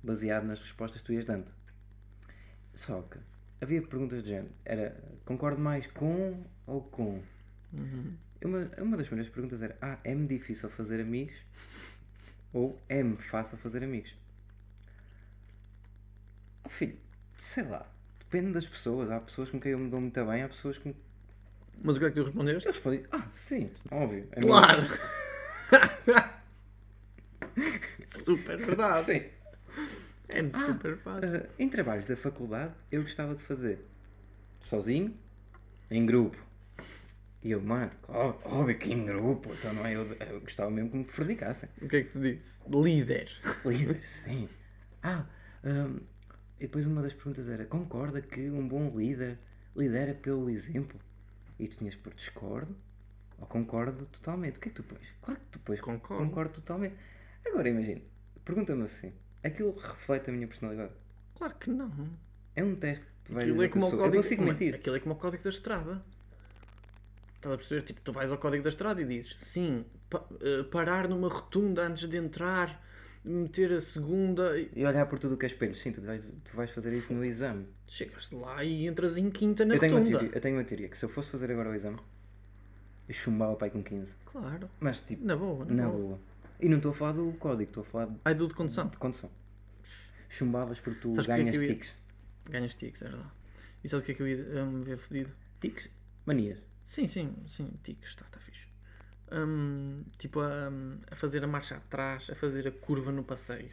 S2: baseado nas respostas que tu ias dando. Só que havia perguntas de género. Era concordo mais com ou com? Uma, uma das primeiras perguntas era Ah, é-me difícil fazer amigos? Ou é-me fácil fazer amigos? Oh, filho, sei lá. Depende das pessoas. Há pessoas com quem eu me dou muito bem, há pessoas com.
S3: Mas o que é que tu respondeste?
S2: Eu respondi, ah, sim, óbvio. é amigos."
S3: Claro! super verdade.
S2: Sim.
S3: É-me
S2: Ah,
S3: super fácil.
S2: Ah, em trabalhos da faculdade, eu gostava de fazer sozinho, em grupo. E eu, mano, ó- óbvio que em grupo, então não é? Eu, eu gostava mesmo que me fornicassem.
S3: O que é que tu disse? Líder.
S2: Líder, sim. Ah, ahm, e depois uma das perguntas era: concorda que um bom líder lidera pelo exemplo? E tu tinhas por discordo ou concordo totalmente? O que é que tu pões? Claro que tu pões
S3: Concordo.
S2: concordo totalmente. Agora imagina, pergunta-me assim: aquilo reflete a minha personalidade?
S3: Claro que não.
S2: É um teste que tu vais
S3: Aquilo
S2: dizer
S3: é
S2: que eu,
S3: como o
S2: sou.
S3: código.
S2: eu consigo
S3: Mano,
S2: mentir.
S3: Aquilo é como o código da estrada. Estás a perceber? Tipo, tu vais ao código da estrada e dizes sim, pa- eh, parar numa rotunda antes de entrar, meter a segunda. e-
S2: E olhar por tudo o que é espelho. Sim, tu vais, tu vais fazer isso no exame.
S3: Chegas lá e entras em quinta na
S2: Eu tenho, uma
S3: rotunda.
S2: teoria, eu tenho uma teoria que se eu fosse fazer agora o exame, eu chumbava pai com 15.
S3: Claro.
S2: Mas tipo,
S3: Na boa, na,
S2: na
S3: boa.
S2: boa. E não estou a falar do código, estou a falar de
S3: Ai, do de condução.
S2: de condução. Chumbavas porque tu
S3: Sabes o que é que
S2: ganhas
S3: eu ia-
S2: tiques.
S3: Ganhas tiques, é verdade. E sabes o que é que eu ia eh, me ver fodido?
S2: Tiques? Manias.
S3: Sim, sim, sim, tiques, está tá fixe. Hum, tipo, a, a fazer a marcha atrás, a fazer a curva no passeio.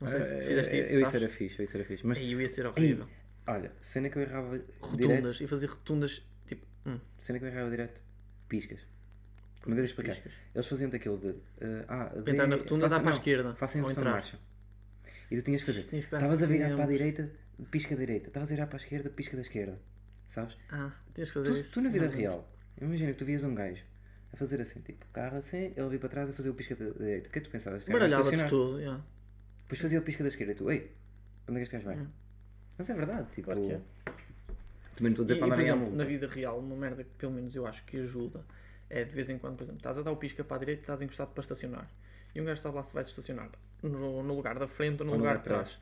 S3: Não sei se
S2: Eh,
S3: fizeste isso.
S2: Eu
S3: sabes?
S2: isso era fixe, eu isso era fixe. Mas,
S3: Aí eu ia ser horrível.
S2: olha, cena que eu errava
S3: Rotundas,
S2: direto.
S3: e fazer rotundas tipo. Hum,
S2: Cena que eu errava direto. Piscas. Como é eu devo explicar?
S3: piscas.
S2: Eles faziam daquilo de. eh, ah,
S3: Para entrar na rotunda, dá para a esquerda.
S2: Façam
S3: ou
S2: inversão de
S3: entrar.
S2: marcha. E tu tinhas que fazer.
S3: Tinhas que dar
S2: Estavas a virar para a
S3: sempre.
S2: direita, pisca à direita. Estavas a virar para a esquerda, pisca da esquerda. Sabes?
S3: Ah, tens que fazer
S2: Tu,
S3: isso.
S2: tu na vida
S3: Não, não.
S2: real, imagina que tu vias um gajo a a fazer assim, tipo, carro assim, ele vir para trás a fazer o pisca da da direita. O que é que tu pensavas? Este gajo vai
S3: Baralhava-te
S2: estacionar.
S3: tudo, yeah.
S2: Depois fazia o pisca da esquerda e tu, ei, onde é que este gajo vai?
S3: Hum.
S2: Mas é verdade, tipo.
S3: Claro que é.
S2: Também não estou a dizer
S3: E,
S2: para
S3: e, por
S2: andar em
S3: exemplo,
S2: ângulo.
S3: na vida real, uma merda que pelo menos eu acho que ajuda é de vez em quando, por exemplo, estás a dar o pisca para a direita e estás encostado para estacionar. E um gajo sabe lá se vais estacionar no, no lugar da frente ou no, lugar de trás.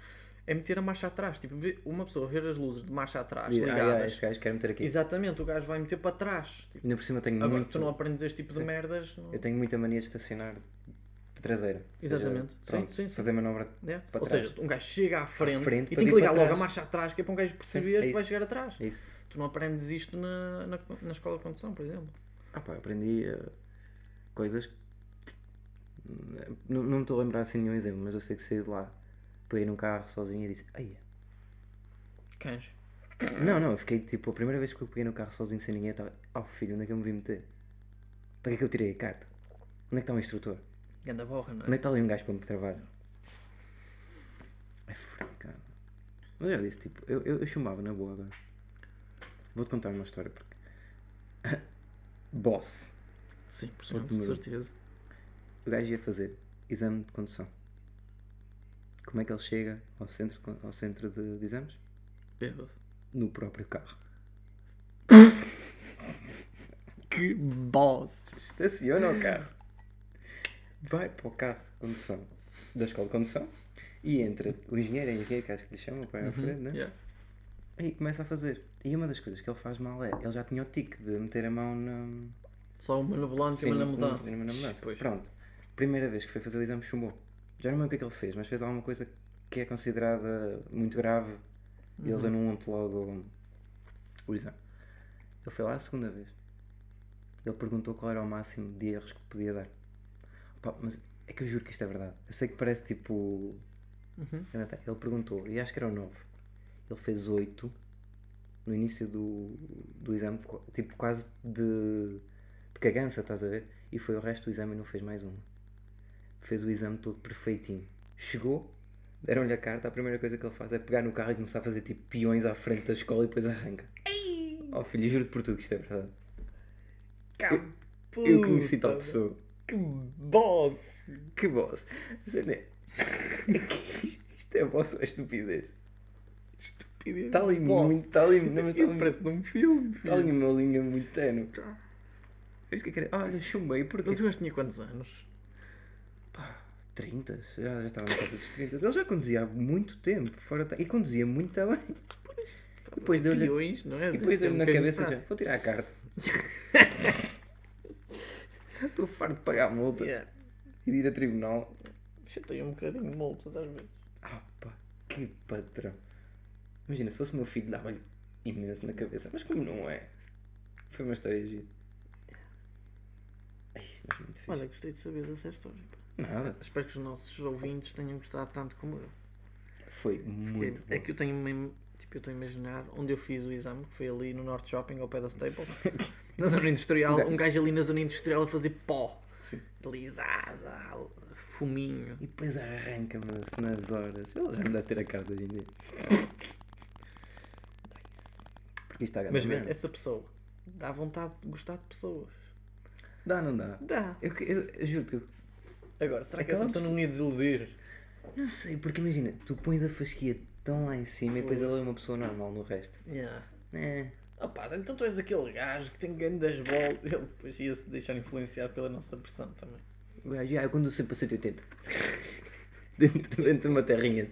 S3: É meter a marcha atrás. Tipo, vê- uma pessoa ver as luzes de marcha atrás
S2: E, ah,
S3: ligadas.
S2: ah, este gajo quer meter aqui.
S3: Exatamente, o gajo vai meter para trás. Tipo,
S2: Ainda por cima eu tenho
S3: agora que
S2: muito.
S3: tu não aprendes este tipo de
S2: Sim.
S3: merdas. Não...
S2: Eu tenho muita mania de estacionar de traseira. Ou seja,
S3: Exatamente. Sim,
S2: pronto,
S3: sim, sim.
S2: Fazer manobra.
S3: né?
S2: para
S3: Ou
S2: trás.
S3: seja, um gajo chega à frente,
S2: frente
S3: e
S2: para
S3: tem
S2: vir
S3: que
S2: para
S3: ligar logo a
S2: trás.
S3: marcha atrás, que é para um gajo perceber
S2: é
S3: que vai
S2: isso.
S3: chegar atrás.
S2: É isso.
S3: Tu não aprendes isto na, na, na escola de condução, por exemplo.
S2: Ah pá, aprendi eh, coisas. que- eh, Não, não me estou a lembrar assim nenhum exemplo, mas eu sei que saí de lá. Peguei num carro sozinho e disse. Ai.
S3: Cães.
S2: Não, não, eu fiquei tipo, a primeira vez que eu peguei no carro sozinho sem ninguém, eu estava. Oh filho, onde é que eu me vim meter? Para que é que eu tirei a carta? Onde é que está o instrutor?
S3: Ganda borra, não
S2: Onde
S3: é?
S2: é que está ali um gajo para me travar? É frio, cara. Mas eu disse, tipo, eu, eu, eu chumbava na boa agora. Vou-te contar uma história porque. Boss.
S3: Sim, por
S2: Outro
S3: cento, de
S2: número.
S3: certeza.
S2: O gajo ia fazer exame de condução. Como é que ele chega ao centro, ao centro de, de exames?
S3: Bêbado.
S2: No próprio carro.
S3: Que boss!
S2: Estaciona o carro. Vai para o carro de condução da escola de condução e entra o engenheiro, é engenheiro que acho que lhe chamam, para a frente, né?
S3: Yeah.
S2: E começa a fazer. E uma das coisas que ele faz mal é, ele já tinha o tique de meter a mão na,
S3: Só uma na volante e uma na
S2: um-
S3: mudança.
S2: um- uma na mudança.
S3: Pois.
S2: Pronto. Primeira vez que foi fazer o exame, chumbou. Já não lembro o que é que ele fez, mas fez alguma coisa que é considerada muito grave e
S3: Uhum.
S2: eles anulam-te logo o exame. Ele foi lá a segunda vez. Ele perguntou qual era o máximo de erros que podia dar. Pá, mas é que eu juro que isto é verdade. Eu sei que parece tipo.
S3: Uhum.
S2: Ele perguntou, e acho que era o 9. Ele fez 8 no início do, do exame, qu- tipo quase de, de cagança, estás a ver? E foi o resto do exame e não fez mais uma. Fez o exame todo perfeitinho. Chegou, deram-lhe a carta, a primeira coisa que ele faz é pegar no carro e começar a fazer tipo peões à frente da escola e depois arranca. Oh filho, juro-te por tudo que isto é verdade.
S3: Uh,
S2: Eu conheci
S3: tá
S2: tal pessoa.
S3: Que boss!
S2: Que boss. A cena é- Isto é boss ou é estupidez?
S3: Estupidez.
S2: Está Tá ali
S3: Boss.
S2: muito, está ali, não, mas está
S3: Isso
S2: ali-
S3: parece num filme.
S2: está ali uma linha muito tenue.
S3: Tá.
S2: É isso que eu quero. Olha, chumei, porquê?
S3: Mas o gajo tinha quantos anos?
S2: 30, já, já estava na casa dos 30. Ele já conduzia há muito tempo, fora ta- e conduzia muito bem. E depois deu-lhe
S3: Peões, não é?
S2: e depois deu-lhe
S3: Deve ter um
S2: na
S3: bocadinho de
S2: cabeça já,
S3: prática.
S2: vou tirar a carta. Estou farto de pagar multas
S3: Yeah.
S2: e de ir a tribunal.
S3: Chatei um bocadinho de molto, às vezes.
S2: Ah pá, que patrão. Imagina, se fosse meu filho, dava-lhe imenso na cabeça. Mas como não é? Foi uma história gira. Ai, mas muito fixe.
S3: Olha, gostei de saber dessa história. pá.
S2: Nada,
S3: Espero que os nossos ouvintes tenham gostado tanto como eu.
S2: foi muito
S3: é, é que eu
S2: bom.
S3: tenho mesmo- tipo, eu estou a imaginar onde eu fiz o exame, que foi ali no Norte Shopping, ao pé da Staples, na zona industrial, um gajo ali na zona industrial a fazer pó,
S2: Sim.
S3: deslizada, fuminho.
S2: E depois arranca-me nas horas. Ele já me deve ter a carta hoje em dia. Porque isto está a
S3: Mas vês,
S2: merda.
S3: essa pessoa dá vontade de gostar de pessoas.
S2: Dá, não dá?
S3: Dá.
S2: Eu, que- eu- eu juro que eu
S3: Agora, será que
S2: Aquela
S3: essa pessoa não me ia desiludir?
S2: não sei, porque imagina, tu pões a fasquia tão lá em cima e depois ela é uma pessoa normal no resto.
S3: Yeah.
S2: É,
S3: Opa, então tu és aquele gajo que tem ganho das bolas. Ele depois ia se deixar influenciar pela nossa pressão também.
S2: o gajo, ah, eu conduzo sempre a 180. dentro, dentro de uma terrinha.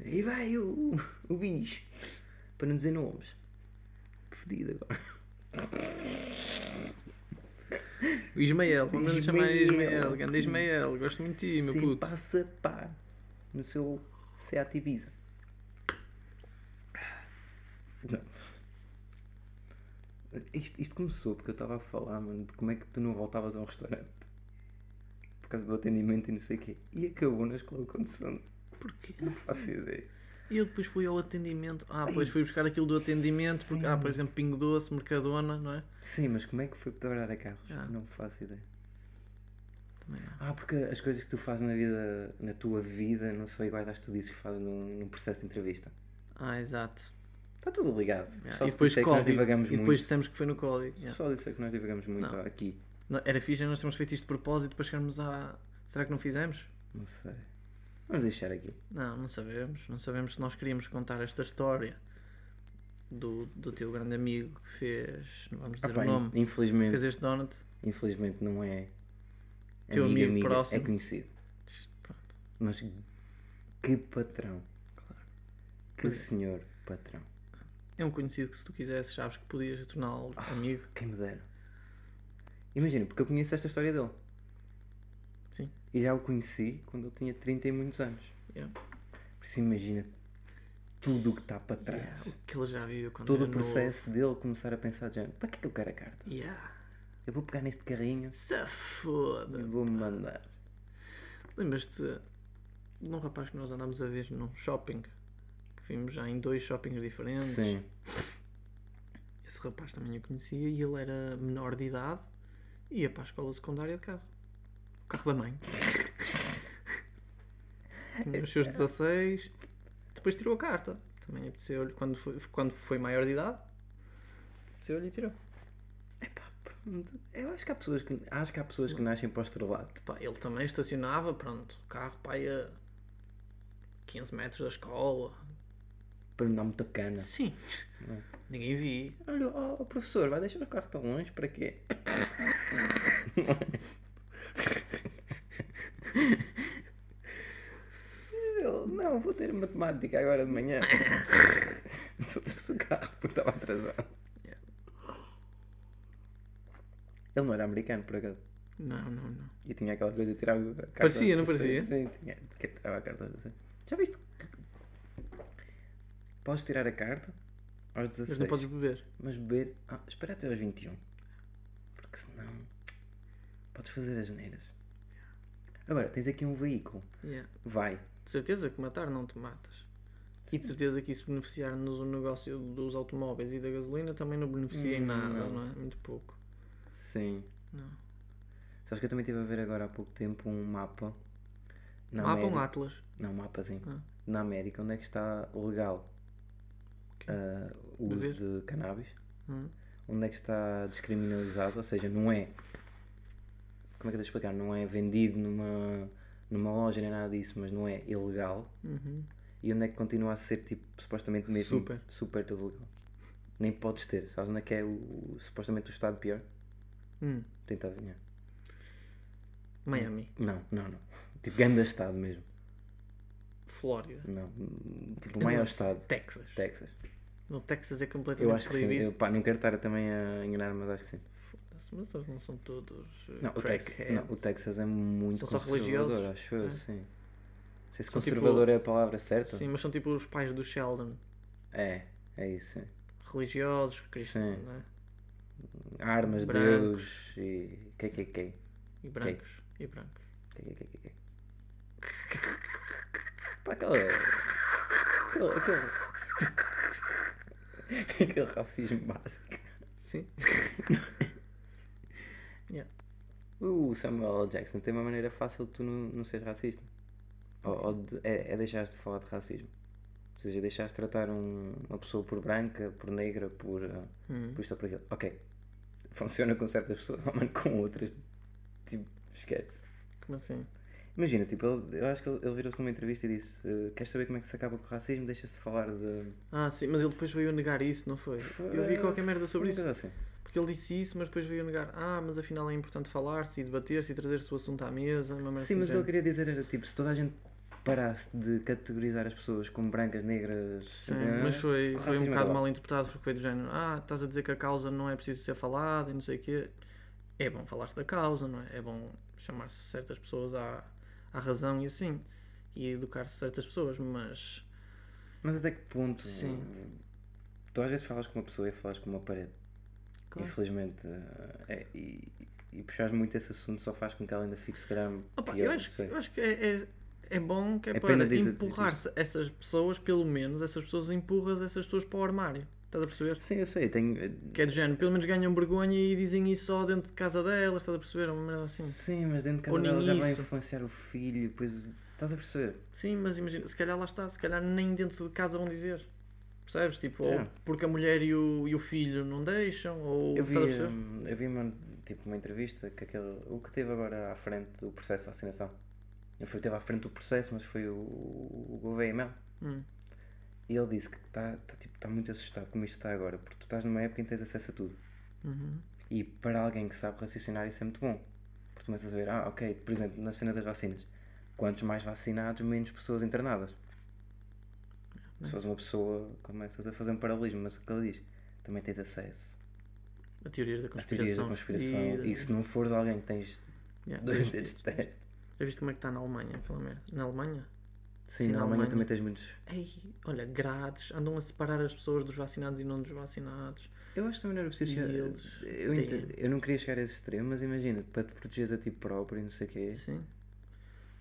S2: e vai o, o bicho. Para não dizer nomes. Que fedido agora.
S3: O Ismael,
S2: vamos lhe chamar Ismael,
S3: grande Ismael, gosto muito de ti,
S2: Sim, passa pá no seu Seat Ibiza. Não. Isto, isto começou porque eu estava a falar, mano, de como é que tu não voltavas a um restaurante por causa do atendimento e não sei o quê. E acabou na escola de condução.
S3: Porquê?
S2: Não faço ideia.
S3: E eu depois fui ao atendimento. Ah, pois fui buscar aquilo do atendimento, porque, ah, por exemplo, Pingo Doce, Mercadona, não é?
S2: Sim, mas como é que foi trabalhar a carros?
S3: Ah.
S2: Não faço ideia.
S3: Também não.
S2: Ah, porque as coisas que tu fazes na vida, na tua vida, não são iguais às que tu dizes que fazes num, num processo de entrevista.
S3: Ah, exato.
S2: Está Tá tudo ligado.
S3: Yeah,
S2: Só
S3: e
S2: se
S3: depois
S2: disser que nós
S3: Covid,
S2: divagamos
S3: E depois
S2: muito.
S3: dissemos que foi no código.
S2: Se o
S3: Yeah.
S2: pessoal disser é que nós divagamos muito
S3: Não.
S2: aqui,
S3: Não, Era fixe, nós temos feito isto de propósito para chegarmos à. Será que não fizemos?
S2: não sei. Vamos deixar aqui.
S3: Não, não sabemos. Não sabemos se nós queríamos contar esta história do, do teu grande amigo que fez. Não vamos
S2: Ah,
S3: dizer
S2: pá,
S3: o
S2: in-
S3: nome. que
S2: infelizmente,
S3: Fez este Donut.
S2: infelizmente não é
S3: Teu
S2: amigo,
S3: amigo
S2: amiga, é
S3: próximo.
S2: conhecido.
S3: Pronto.
S2: Mas que patrão.
S3: Claro.
S2: Que
S3: Pois é.
S2: senhor patrão.
S3: É um conhecido que se tu quisesse, sabes que podias torná-lo
S2: Ah,
S3: amigo.
S2: Quem me dera. Imagina, porque eu conheço esta história dele.
S3: Sim.
S2: E já o conheci quando eu tinha 30 e muitos anos.
S3: Yeah.
S2: Por isso imagina tudo o que está para trás.
S3: Yeah, É o que ele já viveu quando
S2: Todo
S3: era
S2: o processo dele começar a pensar de género, para que é que eu quero a carta?
S3: Novo. Yeah.
S2: Eu vou pegar neste carrinho
S3: Se
S2: e
S3: foda.
S2: vou-me mandar.
S3: Lembras-te de um rapaz que nós andámos a ver num shopping? Que vimos já em dois shoppings diferentes.
S2: Sim.
S3: Esse rapaz também eu conhecia e ele era menor de idade e ia para a escola secundária de carro. O carro da mãe. Tinha os seus 16. Depois tirou a carta. Também apeteceu-lhe quando foi, quando foi maior de idade. Apeteceu-lhe e tirou.
S2: Epá, pronto. Eu acho que há pessoas que, acho que, há pessoas que nascem para o estrelato.
S3: Pá, ele também estacionava, pronto, o carro pá, aí a 15 metros da escola.
S2: Para me dar muita cana.
S3: Sim.
S2: Não.
S3: Ninguém vi.
S2: Olha, oh, professor, vai deixar o carro tão longe, para quê? Eu, não, vou ter matemática agora de manhã. Só trouxe o carro porque estava atrasado. Ele não era americano, por acaso.
S3: Não, não, não.
S2: E tinha aquela coisa de tirar a carta.
S3: Parecia, não
S2: Sim,
S3: parecia?
S2: Sim, tinha. que Tirava a carta aos 16. Já viste? Podes tirar a carta aos 16.
S3: Mas não podes beber.
S2: Mas beber. Ah, espera até aos 21. Porque senão. Podes fazer as neiras. Agora, tens aqui um veículo.
S3: Yeah.
S2: Vai.
S3: De certeza que matar não te matas. E de certeza que isso beneficiar-nos o negócio dos automóveis e da gasolina também não beneficia em
S2: Hum,
S3: nada,
S2: não.
S3: não. é? Muito pouco.
S2: Sim.
S3: Não.
S2: Sabes que eu também estive a ver agora há pouco tempo um mapa. Na
S3: Mapa um
S2: América.
S3: Atlas.
S2: Não, um mapa sim.
S3: Ah.
S2: Na América, onde é que está legal ah, o uso
S3: Beber.
S2: de cannabis?
S3: Hum.
S2: Onde é que está descriminalizado? Ou seja, não é. Como é que eu tenho de explicar? Não é vendido numa, numa loja nem nada disso, mas não é ilegal.
S3: Uhum.
S2: E onde é que continua a ser, tipo, supostamente mesmo
S3: Super.
S2: super tudo legal? Nem podes ter. Sabes onde é que é o, o- supostamente o estado pior?
S3: Hum.
S2: Tenta adivinhar.
S3: Miami.
S2: Não, não, não. Tipo, grande estado mesmo.
S3: Flórida.
S2: Não. hum, Tipo, o maior estado.
S3: Texas.
S2: Texas.
S3: No Texas é completamente
S2: Eu acho que sim.
S3: proibido.
S2: Eu, pá, não quero estar também a enganar, mas acho que sim.
S3: Foda-se, Mas eles não são todos eh,
S2: Não, o, Tex-
S3: crackheads.
S2: não, o Texas é muito
S3: São só
S2: conservador,
S3: religiosos,
S2: acho eu,
S3: não é?
S2: sim. Não sei se
S3: São tipo-
S2: conservador é a palavra certa.
S3: Sim, mas são tipo os pais do Sheldon.
S2: É, é isso. sim.
S3: Religiosos, cristãos,
S2: Sim.
S3: não é?
S2: Armas,
S3: Brancos.
S2: Deus e. KKK.
S3: E brancos. E brancos.
S2: KKK. Pá, aquela. aquele- Aquele. aquele racismo básico.
S3: Sim.
S2: O Samuel L. Jackson tem uma maneira fácil de tu não, não seres racista. Ou, ou de- é, é deixares de falar de racismo. Ou seja, deixares de tratar um- uma pessoa por branca, por negra, por, ah,
S3: Hum.
S2: por isto ou por aquilo. Ok. Funciona com certas pessoas, mas com outras. Tipo, esquece.
S3: Como assim?
S2: Imagina, tipo, ele- eu acho que ele, ele virou-se numa entrevista e disse: eh, Queres saber como é que se acaba com o racismo? Deixa-se de falar de.
S3: Ah, sim, mas ele depois veio negar isso, não foi? Eu vi qualquer merda sobre
S2: Uma
S3: isso.
S2: coisa Assim.
S3: Porque ele disse isso, mas depois veio negar. Ah, mas afinal é importante falar-se e debater-se e trazer-se o assunto à mesa. Uma merda
S2: Sim,
S3: assim
S2: mas o que
S3: do
S2: eu
S3: género.
S2: queria dizer era tipo, se toda a gente parasse de categorizar as pessoas como brancas, negras, É.
S3: Sim, mas foi,
S2: o
S3: foi um
S2: racismo
S3: bocado
S2: era lá.
S3: mal interpretado porque foi do género. Ah, estás a dizer que a causa não é preciso ser falada e não sei o quê. É bom falar-se da causa, não é? É bom chamar-se certas pessoas à, à razão e assim. E educar-se certas pessoas, mas.
S2: Mas até que ponto?
S3: Sim.
S2: Tu às vezes falas com uma pessoa e falas com uma parede.
S3: Claro.
S2: Infelizmente. eh, é, e, e puxares muito esse assunto só faz com que ela ainda fique, se calhar,
S3: Opa,
S2: pior.
S3: eu,
S2: não
S3: acho, que-
S2: sei.
S3: eu acho que é, é, é bom que é,
S2: É pena
S3: para
S2: dizer-
S3: empurrar-se essas pessoas, pelo menos, essas pessoas empurras essas pessoas para o armário. Estás a perceber?
S2: Sim, eu sei. Tenho... eh,
S3: Que é do género, pelo menos ganham vergonha e dizem isso só dentro de casa delas, estás a perceber? Uma merda
S2: Sim.
S3: assim.
S2: mas dentro de casa
S3: Ou
S2: dela já
S3: nem
S2: vai
S3: isso.
S2: influenciar o filho. Depois, estás a perceber?
S3: Sim, mas imagina, se calhar lá está, se calhar nem dentro de casa vão dizer. Percebes? Tipo,
S2: Yeah.
S3: ou porque a mulher e o, e o filho não deixam, ou
S2: Eu vi,
S3: estás a perceber?
S2: hum, eu vi uma, tipo, uma entrevista que aquele, o que teve agora à frente do processo de vacinação. Ele foi, teve à frente do processo, mas foi o, o Gouveia Mel.
S3: Hum.
S2: E ele disse que está tá, tipo, tá muito assustado como isto está agora, porque tu estás numa época em que tens acesso a tudo.
S3: Uhum.
S2: E para alguém que sabe raciocinar, isso é muito bom. Porque tu começas a ver, ah, ok, por exemplo, na cena das vacinas, quantos mais vacinados, menos pessoas internadas. Se fores uma pessoa, começas a fazer um paralelismo, mas o que ele diz, também tens acesso
S3: A teoria da
S2: às teorias da
S3: conspiração.
S2: conspiração.
S3: fodida. É,
S2: E se não fores alguém que tens
S3: Yeah,
S2: dois
S3: tens-
S2: dedos de
S3: tens-
S2: teste.
S3: Já viste como é que está na Alemanha, pelo menos? Na Alemanha?
S2: Sim,
S3: Sim,
S2: na
S3: na
S2: Alemanha
S3: Alemanha.
S2: também tens muitos.
S3: Ei, olha, grades, andam a separar as pessoas dos vacinados e não dos vacinados.
S2: Eu acho que também não era preciso
S3: E
S2: chegar.
S3: eles
S2: Eu,
S3: têm-
S2: entendo- eu não queria chegar a esse extremo, mas imagina, para te protegeres a ti próprio e não sei o quê.
S3: Sim.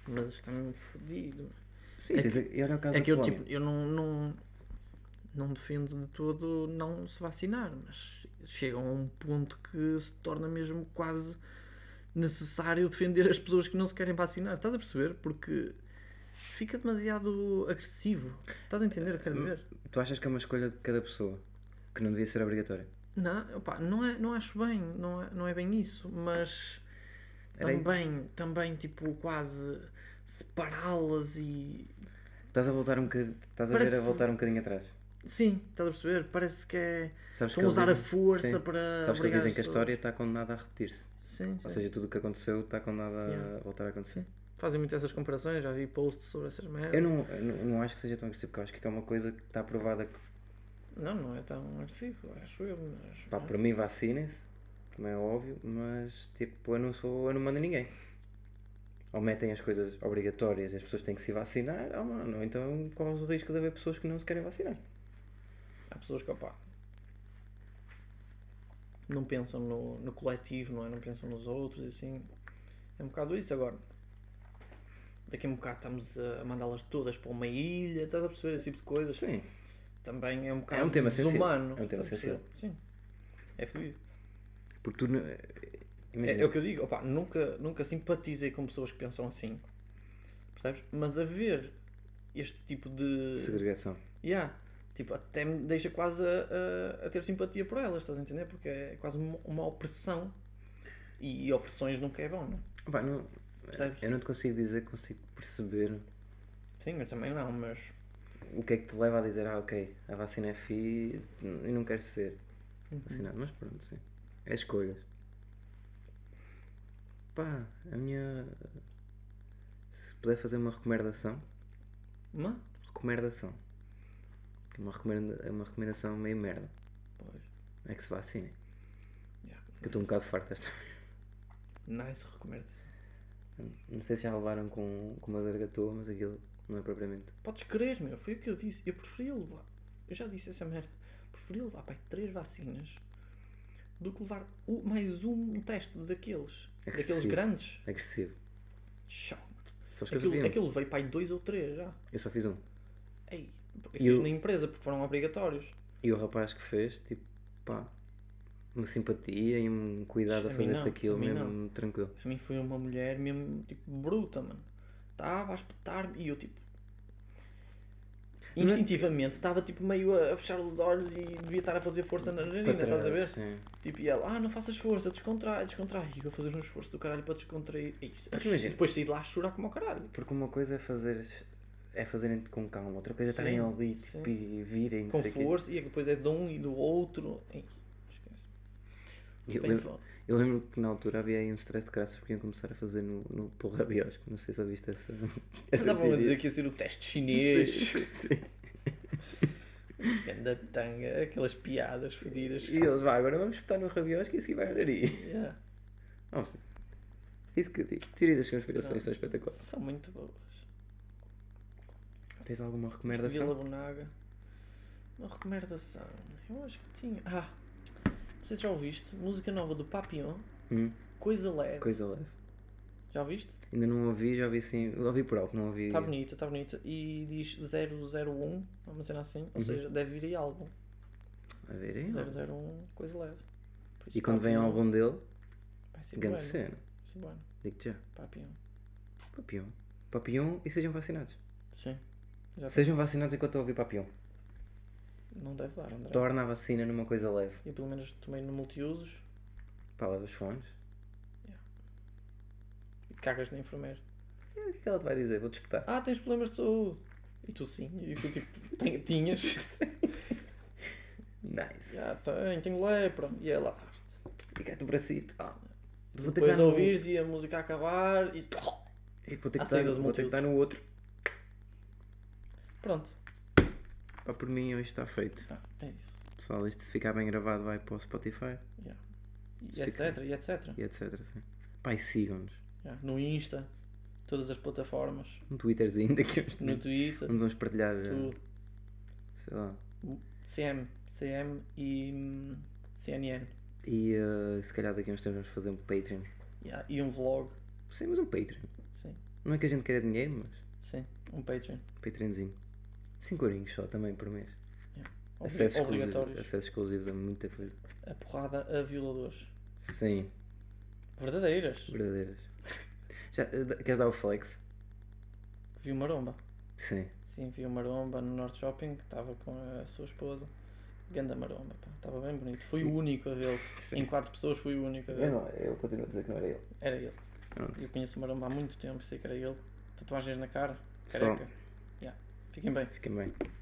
S3: Mas está mesmo fodido.
S2: Sim,
S3: É
S2: tens a- e olha o caso
S3: É
S2: da
S3: que eu,
S2: Polónia.
S3: tipo, eu não, não, não defendo de todo não se vacinar, mas chegam a um ponto que se torna mesmo quase necessário defender as pessoas que não se querem vacinar. Estás a perceber? Porque fica demasiado agressivo. Estás a entender o que quero dizer?
S2: Tu achas que é uma escolha de cada pessoa? Que não devia ser obrigatória?
S3: Não, opá, não, é, não acho bem, não é, não é bem isso, mas
S2: Era aí.
S3: também, também, tipo, quase separá-las e.
S2: Estás a voltar um bocadinho. Estás a ver a
S3: Parece-
S2: voltar um bocadinho atrás.
S3: Sim, estás a perceber? Parece que é.
S2: Sabes
S3: Estão a
S2: eles
S3: usar a
S2: dizem-
S3: força
S2: Sim.
S3: para.
S2: Sabes que eles dizem
S3: obrigar as
S2: que a
S3: pessoas.
S2: história está condenada a repetir-se.
S3: Sim,
S2: Ou
S3: sim.
S2: seja, tudo o que aconteceu está condenado a
S3: Yeah.
S2: voltar a acontecer.
S3: Fazem muito essas comparações, já vi posts sobre essas merdas.
S2: Eu não, eu não- eu não acho que seja tão agressivo, porque eu acho que é uma coisa que está provada que,
S3: Não, não é tão agressivo, acho eu. Mas...
S2: pá, para mim vacinem-se, como é óbvio, mas tipo, eu não sou, eu não mando ninguém. Ou metem as coisas obrigatórias e as pessoas têm que se vacinar, ah mano, ou então corres o risco de haver pessoas que não se querem vacinar.
S3: Há pessoas que, opá, não pensam no, no coletivo, não é? Não pensam nos outros e assim. É um bocado isso agora. Daqui a um bocado estamos a a mandá-las todas para uma ilha, estás a perceber esse tipo de coisas?
S2: Sim.
S3: Também é um bocado
S2: É um tema sensível.
S3: desumano.
S2: É um tema
S3: estás a perceber? Sim. É fluido.
S2: Porque tu. não-
S3: É,
S2: Imagina,
S3: é o que eu digo, opá, nunca, nunca simpatizei com pessoas que pensam assim. Percebes? Mas haver este tipo de.
S2: segregação.
S3: Yeah. Tipo, até me deixa quase a, a- a ter simpatia por elas, estás a entender? Porque é quase uma, uma opressão. E, opressões nunca é bom, não é?
S2: Pá, não-
S3: Percebes?
S2: eu não te consigo dizer, consigo perceber
S3: Sim, eu também não, mas.
S2: o que é que te leva a dizer, ah, ok, a vacina é fi e não quero ser
S3: Uhum.
S2: vacinado. Mas pronto, sim. É escolhas. Pá, a minha. Se puder fazer uma recomendação.
S3: Mas,
S2: Recomendação. Que é Uma, recomenda... é uma recomendação meio merda.
S3: pois.
S2: É que se vacinem.
S3: yeah,
S2: Que eu estou um
S3: nice.
S2: bocado farto desta.
S3: Nice recomendação.
S2: Não sei se já levaram com, com uma zargatoa, mas aquilo não é propriamente.
S3: Podes crer, meu, foi o que eu disse. Eu preferia levar. Eu já disse essa merda. Preferia levar pai três vacinas do que levar o- mais um teste daqueles.
S2: É que
S3: daqueles
S2: sim.
S3: grandes.
S2: agressivo.
S3: Tchau.
S2: Sabes que eu
S3: Aquilo,
S2: sabia?
S3: aquilo levei pai dois ou três já.
S2: Eu só fiz um.
S3: Ei, eu
S2: E
S3: fiz
S2: eu-
S3: na empresa porque foram obrigatórios.
S2: E o rapaz que fez, tipo, pá, uma simpatia e um cuidado a
S3: A mim
S2: fazer-te
S3: não,
S2: aquilo
S3: a mim
S2: mesmo tranquilo.
S3: A mim foi uma mulher mesmo, tipo, bruta, mano. Estava a espetar-me e eu, tipo...
S2: Não é-
S3: Instintivamente, estava, tipo, meio a a fechar os olhos e devia estar a fazer força na narina,
S2: Para
S3: estás a
S2: trás,
S3: ver?
S2: sim.
S3: Tipo, e ela, ah, não faças força, descontrai, descontrai. E eu a fazer um esforço do caralho para descontrair. E isso,
S2: Porque imagina-
S3: depois saí de lá a chorar como ao caralho.
S2: Porque uma coisa é fazer é fazerem-te com calma, outra coisa é estarem
S3: Sim,
S2: ali tipo,
S3: sim.
S2: e virem, não
S3: Com
S2: sei o quê.
S3: força, e depois é de um e do outro. Ei, esquece.
S2: E Eu
S3: Bem
S2: lembro,
S3: foda.
S2: eu lembro que na altura havia aí um stress de graças porque iam começar a fazer no, no Pulo Rabiosco. Não sei se ouviste essa. essa
S3: Estavam a dizer
S2: teoria.
S3: que é ia ser o teste chinês.
S2: Sim, sim, sim.
S3: Ganda tanga, aquelas piadas fodidas.
S2: E eles, vá, agora vamos espetar no Rabiosco e assim vai ver aí.
S3: Yeah,
S2: Oh, isso que eu digo. Teoria das conspirações são espetaculares.
S3: são muito boas.
S2: Tens alguma
S3: Vila
S2: recomendação?
S3: Bonaga. Uma recomendação. Eu acho que tinha. Ah! Não sei se já ouviste. Música nova do Papillon.
S2: Hum,
S3: Coisa leve.
S2: coisa leve.
S3: Já ouviste?
S2: Ainda não ouvi, já ouvi sim. Ouvi por alto, não ouvi.
S3: Está bonita, está bonita. tá E diz 001, uma cena assim. Ou
S2: Uhum.
S3: seja, deve vir aí álbum.
S2: A
S3: é
S2: ver, hein?
S3: 001, coisa leve. Por isso
S2: E quando vem o
S3: Papillon
S2: álbum dele,
S3: Vai ser
S2: grande
S3: bueno.
S2: cena.
S3: Vai ser né? bueno.
S2: Digo-te já.
S3: Papillon.
S2: Papillon. Papillon e sejam vacinados.
S3: Sim. Exato.
S2: Sejam vacinados enquanto eu ouvir Papillon.
S3: Não deve dar, André.
S2: Torna a vacina numa coisa leve.
S3: Eu pelo menos tomei no multiusos
S2: Pá, levas fones.
S3: e cagas na enfermeira.
S2: E O que é que ela te vai dizer? Vou disputar.
S3: Ah, tens problemas de saúde. E tu sim. E tu tipo, "Ten- tinhas.
S2: Nice.
S3: ah, tenho, tenho lepra. E é lá.
S2: Fica-te o bracito. Ah, vou ter que
S3: Depois
S2: dar no-
S3: ouvires e a música a acabar e.
S2: E vou ter
S3: à
S2: que dar,
S3: saída de
S2: vou ter que
S3: multiusos.
S2: dar no outro.
S3: Pronto.
S2: Pá, por mim hoje está feito.
S3: Ah, é isso.
S2: Pessoal, isto se ficar bem gravado vai para o Spotify
S3: E
S2: Fica.
S3: etc, e etc.
S2: e etc. Sim. Pá, e sigam-nos.
S3: Já, É, No Insta, todas as plataformas,
S2: Um Twitterzinho daqui a uns
S3: no
S2: tempos.
S3: Twitter,
S2: Onde vamos partilhar, eh,
S3: tudo.
S2: sei lá.
S3: CM, CM e hum, CNN.
S2: E eh, se calhar daqui a uns tempos vamos fazer um Patreon.
S3: Já, E um vlog,
S2: Sim, mas um Patreon.
S3: sim,
S2: Não é que a gente queira dinheiro, mas
S3: sim, um Patreon.
S2: Patreonzinho. 5 eurinhos só também por mês.
S3: Obri-
S2: Acesso exclusivo,
S3: Obrigatórios.
S2: acesso exclusivo a muita coisa.
S3: A porrada a violadores.
S2: Sim,
S3: Verdadeiras.
S2: verdadeiras. Já, eh, da- queres dar o flex?
S3: Vi uma maromba.
S2: Sim.
S3: Sim, vi uma maromba no Norte Shopping, estava com a sua esposa. Ganda maromba, pá. Estava bem bonito. Foi o único a vê-lo. Em quatro pessoas foi o único a
S2: Eu,
S3: vê-lo.
S2: não, eu continuo a dizer que não era ele.
S3: Era ele.
S2: Pronto.
S3: Eu conheço o maromba há muito tempo, sei que era ele. Tatuagens na cara, careca. Já. Fiquem bem.
S2: Fiquem bem.